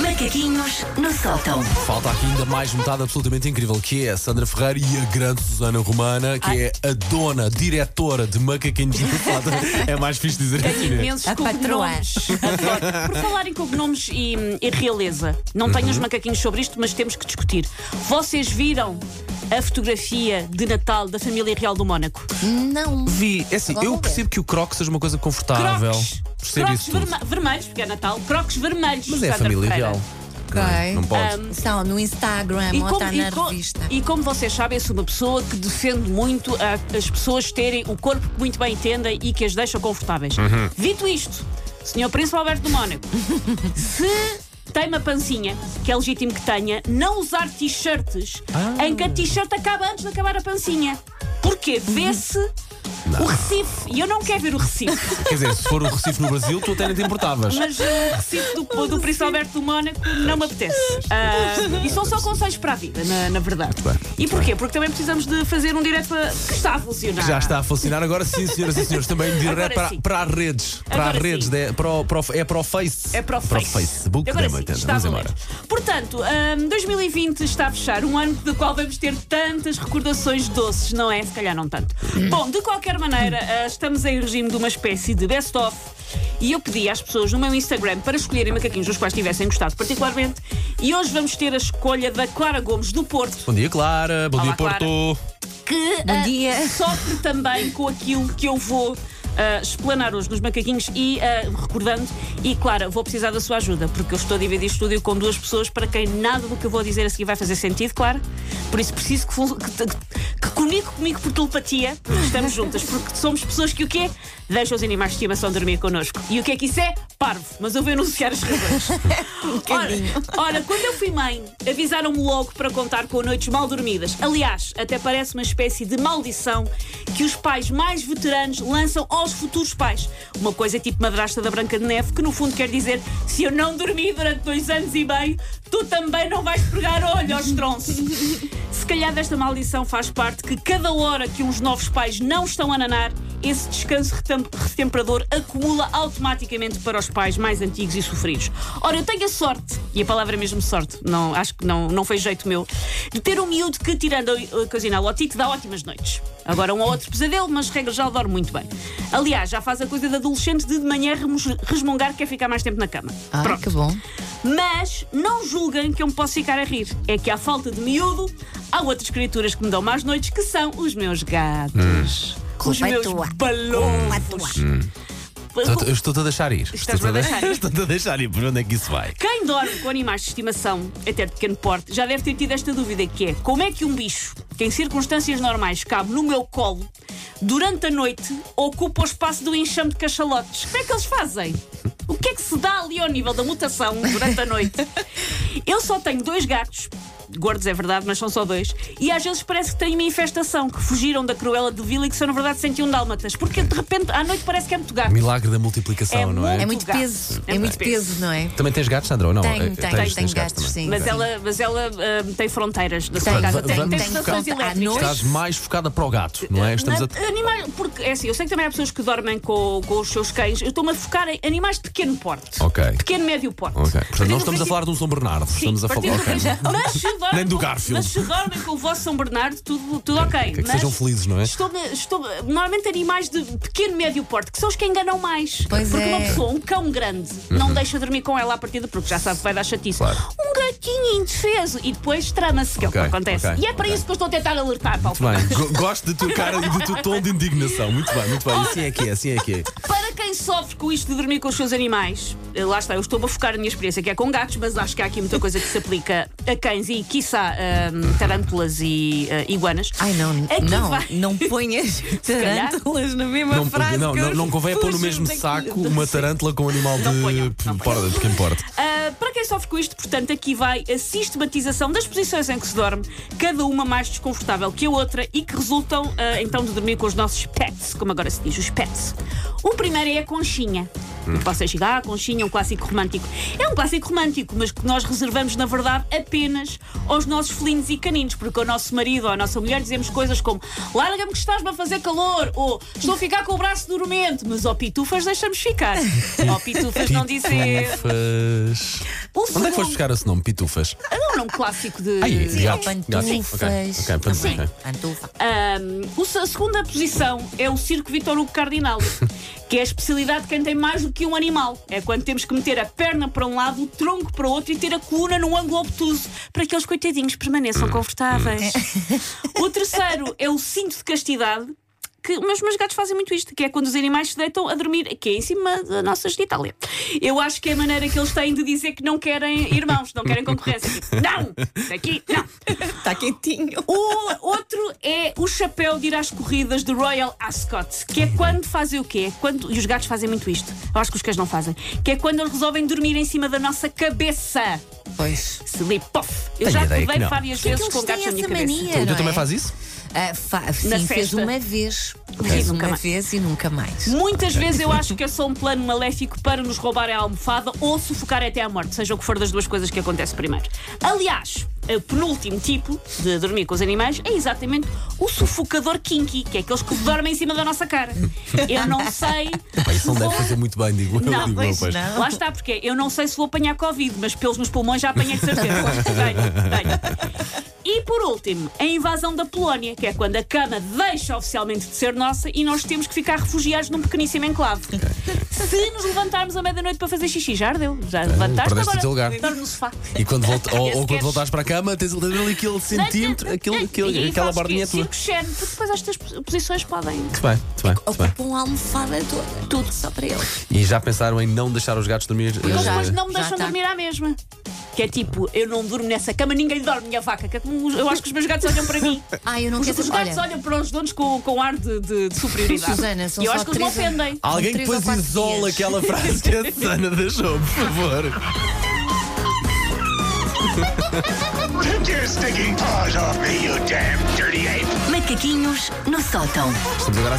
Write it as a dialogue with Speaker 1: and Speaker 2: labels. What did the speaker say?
Speaker 1: Macaquinhos no sótão.
Speaker 2: Falta aqui ainda mais metade absolutamente incrível, que é a Sandra Ferreira e a grande Susana Romana, que é a dona, diretora de Macaquinhos no Sótão. É mais fixe dizer assim, né?
Speaker 3: Imensos
Speaker 4: A patroa.
Speaker 3: cognomes. Adoro. Por falar em cognomes e, e realeza, não tenho
Speaker 2: Uhum.
Speaker 3: os macaquinhos sobre isto, mas temos que discutir. Vocês viram a fotografia de Natal da família real do Mónaco?
Speaker 4: Não.
Speaker 2: Vi, é assim,
Speaker 4: Agora
Speaker 2: eu
Speaker 4: vou ver.
Speaker 2: percebo que o Crocs seja uma coisa confortável.
Speaker 3: Crocs.
Speaker 2: Percebo
Speaker 3: Crocs
Speaker 2: isso tudo.
Speaker 3: verma- vermelhos, porque é Natal. Crocs vermelhos.
Speaker 2: Mas é a
Speaker 3: Sandra
Speaker 2: família
Speaker 3: Ferreira. Hum.
Speaker 2: real. Não, é?
Speaker 4: Ok.
Speaker 2: não pode.
Speaker 3: Ahm,
Speaker 4: São no Instagram ou está na
Speaker 3: e, co-
Speaker 4: revista.
Speaker 3: e como vocês sabem, eu sou uma pessoa que defende muito a- as pessoas terem o corpo que muito bem entendem e que as deixa confortáveis. Dito isto, Sr. Príncipe Alberto do Mónaco, se tem uma pancinha, que é legítimo que tenha, não usar t-shirts em que a t-shirt acaba antes de acabar a pancinha. Porque vê-se o Recife. E eu não quero ver o Recife.
Speaker 2: Quer dizer, se for o Recife no Brasil, tu até nem te importavas.
Speaker 3: Mas uh, o Recife do, do Príncipe Alberto do Mónaco não me apetece. Ah, e são só conselhos para a vida, na, na verdade.
Speaker 2: bem,
Speaker 3: e porquê? Porque também precisamos de fazer um direto para- que está a funcionar.
Speaker 2: Já está a funcionar. Agora sim, senhoras e senhores, também direto
Speaker 3: Agora
Speaker 2: para,
Speaker 3: sim.
Speaker 2: para as redes. Para
Speaker 3: Agora
Speaker 2: as redes,
Speaker 3: sim.
Speaker 2: de- para o, para o- é para o Face.
Speaker 3: É para o,
Speaker 2: Facebook
Speaker 3: Agora
Speaker 2: da
Speaker 3: sim,
Speaker 2: 80.
Speaker 3: está
Speaker 2: Vamos
Speaker 3: a
Speaker 2: embora.
Speaker 3: valer. Portanto, hum, 2020 está a fechar, um ano do qual vamos ter tantas recordações doces, não é? Se calhar não tanto. Bom, de qualquer maneira, ah, estamos em regime de uma espécie de best-of e eu pedi às pessoas no meu Instagram para escolherem macaquinhos dos quais tivessem gostado particularmente e hoje vamos ter a escolha da Clara Gomes do Porto,
Speaker 2: Bom dia, Clara. Bom
Speaker 3: Olá,
Speaker 2: dia, Porto.
Speaker 3: que
Speaker 4: Bom
Speaker 3: ah,
Speaker 4: dia.
Speaker 3: sofre também com aquilo que eu vou ah, explanar hoje nos macaquinhos e ah, recordando, e claro, vou precisar da sua ajuda, porque eu estou a dividir estúdio com duas pessoas para quem nada do que eu vou dizer a seguir vai fazer sentido, claro. Por isso preciso que, fun- que, te- que comunique comigo por telepatia, porque estamos juntas, porque somos pessoas que o quê? Deixam os animais de estimação dormir connosco. E o que é que isso é? Parvo, mas eu vou anunciar as razões. Ora, ora, quando eu fui mãe, avisaram-me logo para contar com noites mal dormidas. Aliás, até parece uma espécie de maldição que os pais mais veteranos lançam aos futuros pais. Uma coisa tipo madrasta da Branca de Neve, que no fundo quer dizer: se eu não dormi durante dois anos e meio, tu também não vais pegar olho aos tronços. Se calhar desta maldição faz parte que cada hora que uns novos pais não estão a nanar, esse descanso retem- retemperador acumula automaticamente para os pais mais antigos e sofridos. Ora, eu tenho a sorte, e a palavra é mesmo sorte, não, acho que não, não foi jeito meu, de ter um miúdo que, tirando a a coisinha ao lotite, dá ótimas noites. Agora um ou outro pesadelo, mas regra já dorme muito bem. Aliás, já faz a coisa de adolescente de de manhã remus- resmungar que quer ficar mais tempo na cama.
Speaker 4: Ah,
Speaker 3: Pronto.
Speaker 4: que bom.
Speaker 3: Mas não julguem que eu me posso ficar a rir. É que à falta de miúdo, há outras criaturas que me dão más noites que são os meus gatos. Os
Speaker 4: Culpa é
Speaker 3: meus
Speaker 4: tua. é
Speaker 3: balões.
Speaker 2: Eu Estou-te a deixar ir.
Speaker 3: Estás-me
Speaker 2: Estou-te
Speaker 3: a deixar ir.
Speaker 2: Estou-te a deixar ir. Por onde é que isso vai?
Speaker 3: Quem dorme com animais de estimação, até de pequeno porte, já deve ter tido esta dúvida que é como é que um bicho, que em circunstâncias normais cabe no meu colo, durante a noite ocupa o espaço do enxame de cachalotes. Como é que eles fazem? O que é que se dá ali ao nível da mutação durante a noite? Eu só tenho dois gatos, gordos é verdade, mas são só dois, e às vezes parece que têm uma infestação, que fugiram da cruela de vila e que são na verdade 101 dálmatas, porque de repente à noite parece que é muito gato.
Speaker 2: Milagre da multiplicação,
Speaker 3: É
Speaker 2: não é?
Speaker 4: É
Speaker 3: Muito
Speaker 4: muito
Speaker 3: gato.
Speaker 4: peso.
Speaker 3: É
Speaker 4: É muito
Speaker 3: muito
Speaker 4: peso, não é?
Speaker 2: Também tens gatos, Sandra, ou não?
Speaker 4: Tenho,
Speaker 2: Eh,
Speaker 4: tenho,
Speaker 2: tens,
Speaker 4: tenho
Speaker 2: tens
Speaker 4: gatos,
Speaker 2: também.
Speaker 4: sim.
Speaker 3: Mas é ela, mas ela ah, tem fronteiras na sua
Speaker 4: Tem,
Speaker 3: casa.
Speaker 2: tem,
Speaker 3: Tem, tem
Speaker 2: tem
Speaker 3: estações
Speaker 4: fronte- à
Speaker 3: elétricas.
Speaker 4: noite.
Speaker 2: Estás mais focada para o gato, não é? Estamos a...
Speaker 3: Na- animais, porque é assim, eu sei que também há pessoas que dormem com, com os seus cães. Eu estou-me a focar em animais de pequeno porte.
Speaker 2: Ok.
Speaker 3: Pequeno, médio porte.
Speaker 2: Ok. Portanto, não
Speaker 3: Partindo do
Speaker 2: estamos a
Speaker 3: princípio-
Speaker 2: falar de um São Bernardo. Estamos a
Speaker 3: Sim,
Speaker 2: falar.
Speaker 3: partindo do
Speaker 2: ok.
Speaker 3: princípio- Mas se dormem
Speaker 2: Nem do
Speaker 3: com-
Speaker 2: Garfield.
Speaker 3: Mas se dormem com o vosso São Bernardo, tudo, tudo ok.
Speaker 2: que é que
Speaker 3: mas
Speaker 2: sejam felizes, não é?
Speaker 3: Estou, estou, normalmente animais de pequeno, médio porte, que são os que enganam mais.
Speaker 4: Pois
Speaker 3: porque
Speaker 4: é.
Speaker 3: uma pessoa, um cão grande, não deixa dormir com ela à partida, porque já sabe que vai dar chatice.
Speaker 2: Uhum. Claro.
Speaker 3: Um gatinho indefeso. E depois trama-se, que é o que
Speaker 2: Ok,
Speaker 3: acontece.
Speaker 2: ok,
Speaker 3: e é para
Speaker 2: ok.
Speaker 3: isso que eu estou a tentar alertar, Paulo.
Speaker 2: Muito bem. Go- Gosto de tua cara e do teu tom de indignação. Muito bem, muito bem. Assim é que é, assim é que é.
Speaker 3: Para quem sofre com isto de dormir com os seus animais, eh, lá está, eu estou a focar a minha experiência, que é com gatos, mas acho que há aqui muita coisa que se aplica a cães e, quiçá, hum, tarântulas e eh, iguanas.
Speaker 4: Ai, não,
Speaker 3: Aqui
Speaker 4: não,
Speaker 3: vai.
Speaker 4: não ponhas
Speaker 3: calhar.
Speaker 4: tarântulas na mesma
Speaker 2: Não,
Speaker 4: frase.
Speaker 2: não,
Speaker 4: que eu
Speaker 2: não, não convém é pôr no
Speaker 4: fujo
Speaker 2: mesmo
Speaker 4: daqui.
Speaker 2: saco uma tarântula com um animal de,
Speaker 3: Não ponham, não ponham.
Speaker 2: porta, de pequeno porte.
Speaker 3: Ah, para quem sofre com isto, portanto, aqui vai a sistematização das posições em que se dorme, cada uma mais desconfortável que a outra e que resultam ah, então de dormir com os nossos pets, como agora se diz, os pets. O primeiro é a conchinha. Vocês chegam, ah, a conchinha é um clássico romântico. É um clássico romântico, mas que nós reservamos, na verdade, apenas aos nossos felinos e caninos, porque ao nosso marido ou à nossa mulher dizemos coisas como larga-me que estás-me a fazer calor, ou estou a ficar com o braço dormente, mas ó pitufas deixamos ficar. Ó pitufas não dizemos.
Speaker 2: Pitufas.
Speaker 3: O
Speaker 2: Onde é
Speaker 3: segundo-
Speaker 2: que foste buscar esse nome? Pitufas.
Speaker 3: É um nome clássico de.
Speaker 2: Ah, é, de gatos.
Speaker 4: Pantufas.
Speaker 2: Gatos. Ok, ok,
Speaker 4: Sim.
Speaker 2: pantufas.
Speaker 4: Pantufa.
Speaker 3: Ahm, o se- a segunda posição é o Circo Vitor Hugo Cardinal, que é a especialidade de quem tem mais do que um animal. É quando temos que meter a perna para um lado, o tronco para o outro e ter a coluna num ângulo obtuso para que os coitadinhos permaneçam confortáveis. o terceiro é o cinto de castidade. Que, mas os meus gatos fazem muito isto, que é quando os animais se deitam a dormir, que é em cima da nossa genitália. Eu acho que é a maneira que eles têm de dizer que não querem irmãos, não querem concorrência. Tipo, Não! Daqui, não!
Speaker 4: Está quentinho.
Speaker 3: O outro é o chapéu de ir às corridas do Royal Ascot, que é quando fazem o quê? Quando, e os gatos fazem muito isto. Eu acho que os cães não fazem. Que é quando eles resolvem dormir em cima da nossa cabeça.
Speaker 4: Pois.
Speaker 3: Sleep off. Eu
Speaker 2: Tenho
Speaker 3: já
Speaker 2: ideia que
Speaker 3: acordei
Speaker 2: não.
Speaker 3: várias
Speaker 4: Que é que
Speaker 3: vezes com
Speaker 4: eles têm
Speaker 3: gatos na minha
Speaker 4: essa
Speaker 3: cabeça.
Speaker 4: mania,
Speaker 2: Tu
Speaker 4: não é?
Speaker 2: também faz isso?
Speaker 4: Ah, fa- sim, fez
Speaker 3: festa.
Speaker 4: uma vez.
Speaker 3: Ok.
Speaker 4: Fez
Speaker 3: Nunca
Speaker 4: uma
Speaker 3: mais.
Speaker 4: vez e nunca mais.
Speaker 3: Muitas vezes eu acho que é só um plano maléfico para nos roubar a almofada ou sufocar até à morte, seja o que for das duas coisas que acontece primeiro. Aliás, o penúltimo tipo de dormir com os animais é exatamente o sufocador kinky, que é aqueles que dormem em cima da nossa cara. Eu não sei.
Speaker 2: Pá, isso não
Speaker 3: se
Speaker 2: deve
Speaker 3: vou-
Speaker 2: fazer muito bem, digo eu.
Speaker 3: Não,
Speaker 2: digo eu,
Speaker 3: pois
Speaker 2: pois.
Speaker 4: não.
Speaker 3: Lá está, porque eu não sei se vou apanhar Covid, mas pelos nos pulmões já apanhei de certeza. Tenho, tenho. E por último, a invasão da Polónia, que é quando a cama deixa oficialmente de ser nossa e nós temos que ficar refugiados num pequeníssimo enclave. Se nos levantarmos à meia-noite para fazer xixi, já ardeu. Já levantaste,
Speaker 2: perdeste o
Speaker 3: agora
Speaker 2: teu lugar.
Speaker 3: dorme no sofá.
Speaker 2: E quando volta, ou,
Speaker 3: Esse
Speaker 2: ou quando
Speaker 3: sketch.
Speaker 2: voltares para a cama, tens ali aquele centímetro, um aquele,
Speaker 3: E
Speaker 2: aquele,
Speaker 3: aí
Speaker 2: aquela
Speaker 3: fazes o quê?
Speaker 2: bordinha tua.
Speaker 3: Circo Xen, porque depois estas posições podem.
Speaker 2: Muito bem, muito bem, muito bem.
Speaker 4: Ocupa uma almofada toda, tudo só para eles.
Speaker 2: E já pensaram em não deixar os gatos dormir?
Speaker 3: Eles
Speaker 2: eh,
Speaker 4: Já.
Speaker 3: depois não me
Speaker 4: já
Speaker 3: deixam
Speaker 4: tá.
Speaker 3: dormir à mesma. Que é tipo, eu não durmo nessa cama, ninguém dorme, minha vaca. Que é como os- eu acho que os meus gatos olham para mim.
Speaker 4: Ah, eu não
Speaker 3: Os,
Speaker 4: quero
Speaker 3: os
Speaker 4: saber.
Speaker 3: gatos
Speaker 4: Olha,
Speaker 3: olham para os donos com, com ar de, de- de superioridade.
Speaker 4: Susana, são
Speaker 3: e eu
Speaker 4: só
Speaker 3: acho que eles me
Speaker 4: três anos.
Speaker 3: ofendem.
Speaker 2: Alguém que
Speaker 4: Três ou
Speaker 2: depois
Speaker 4: quatro
Speaker 2: isola
Speaker 4: dias.
Speaker 2: aquela frase que a Susana deixou, por favor.
Speaker 5: Take your stinking paws off me, you damn dirty ape!
Speaker 1: Macaquinhos no sótão.
Speaker 2: Estamos agora a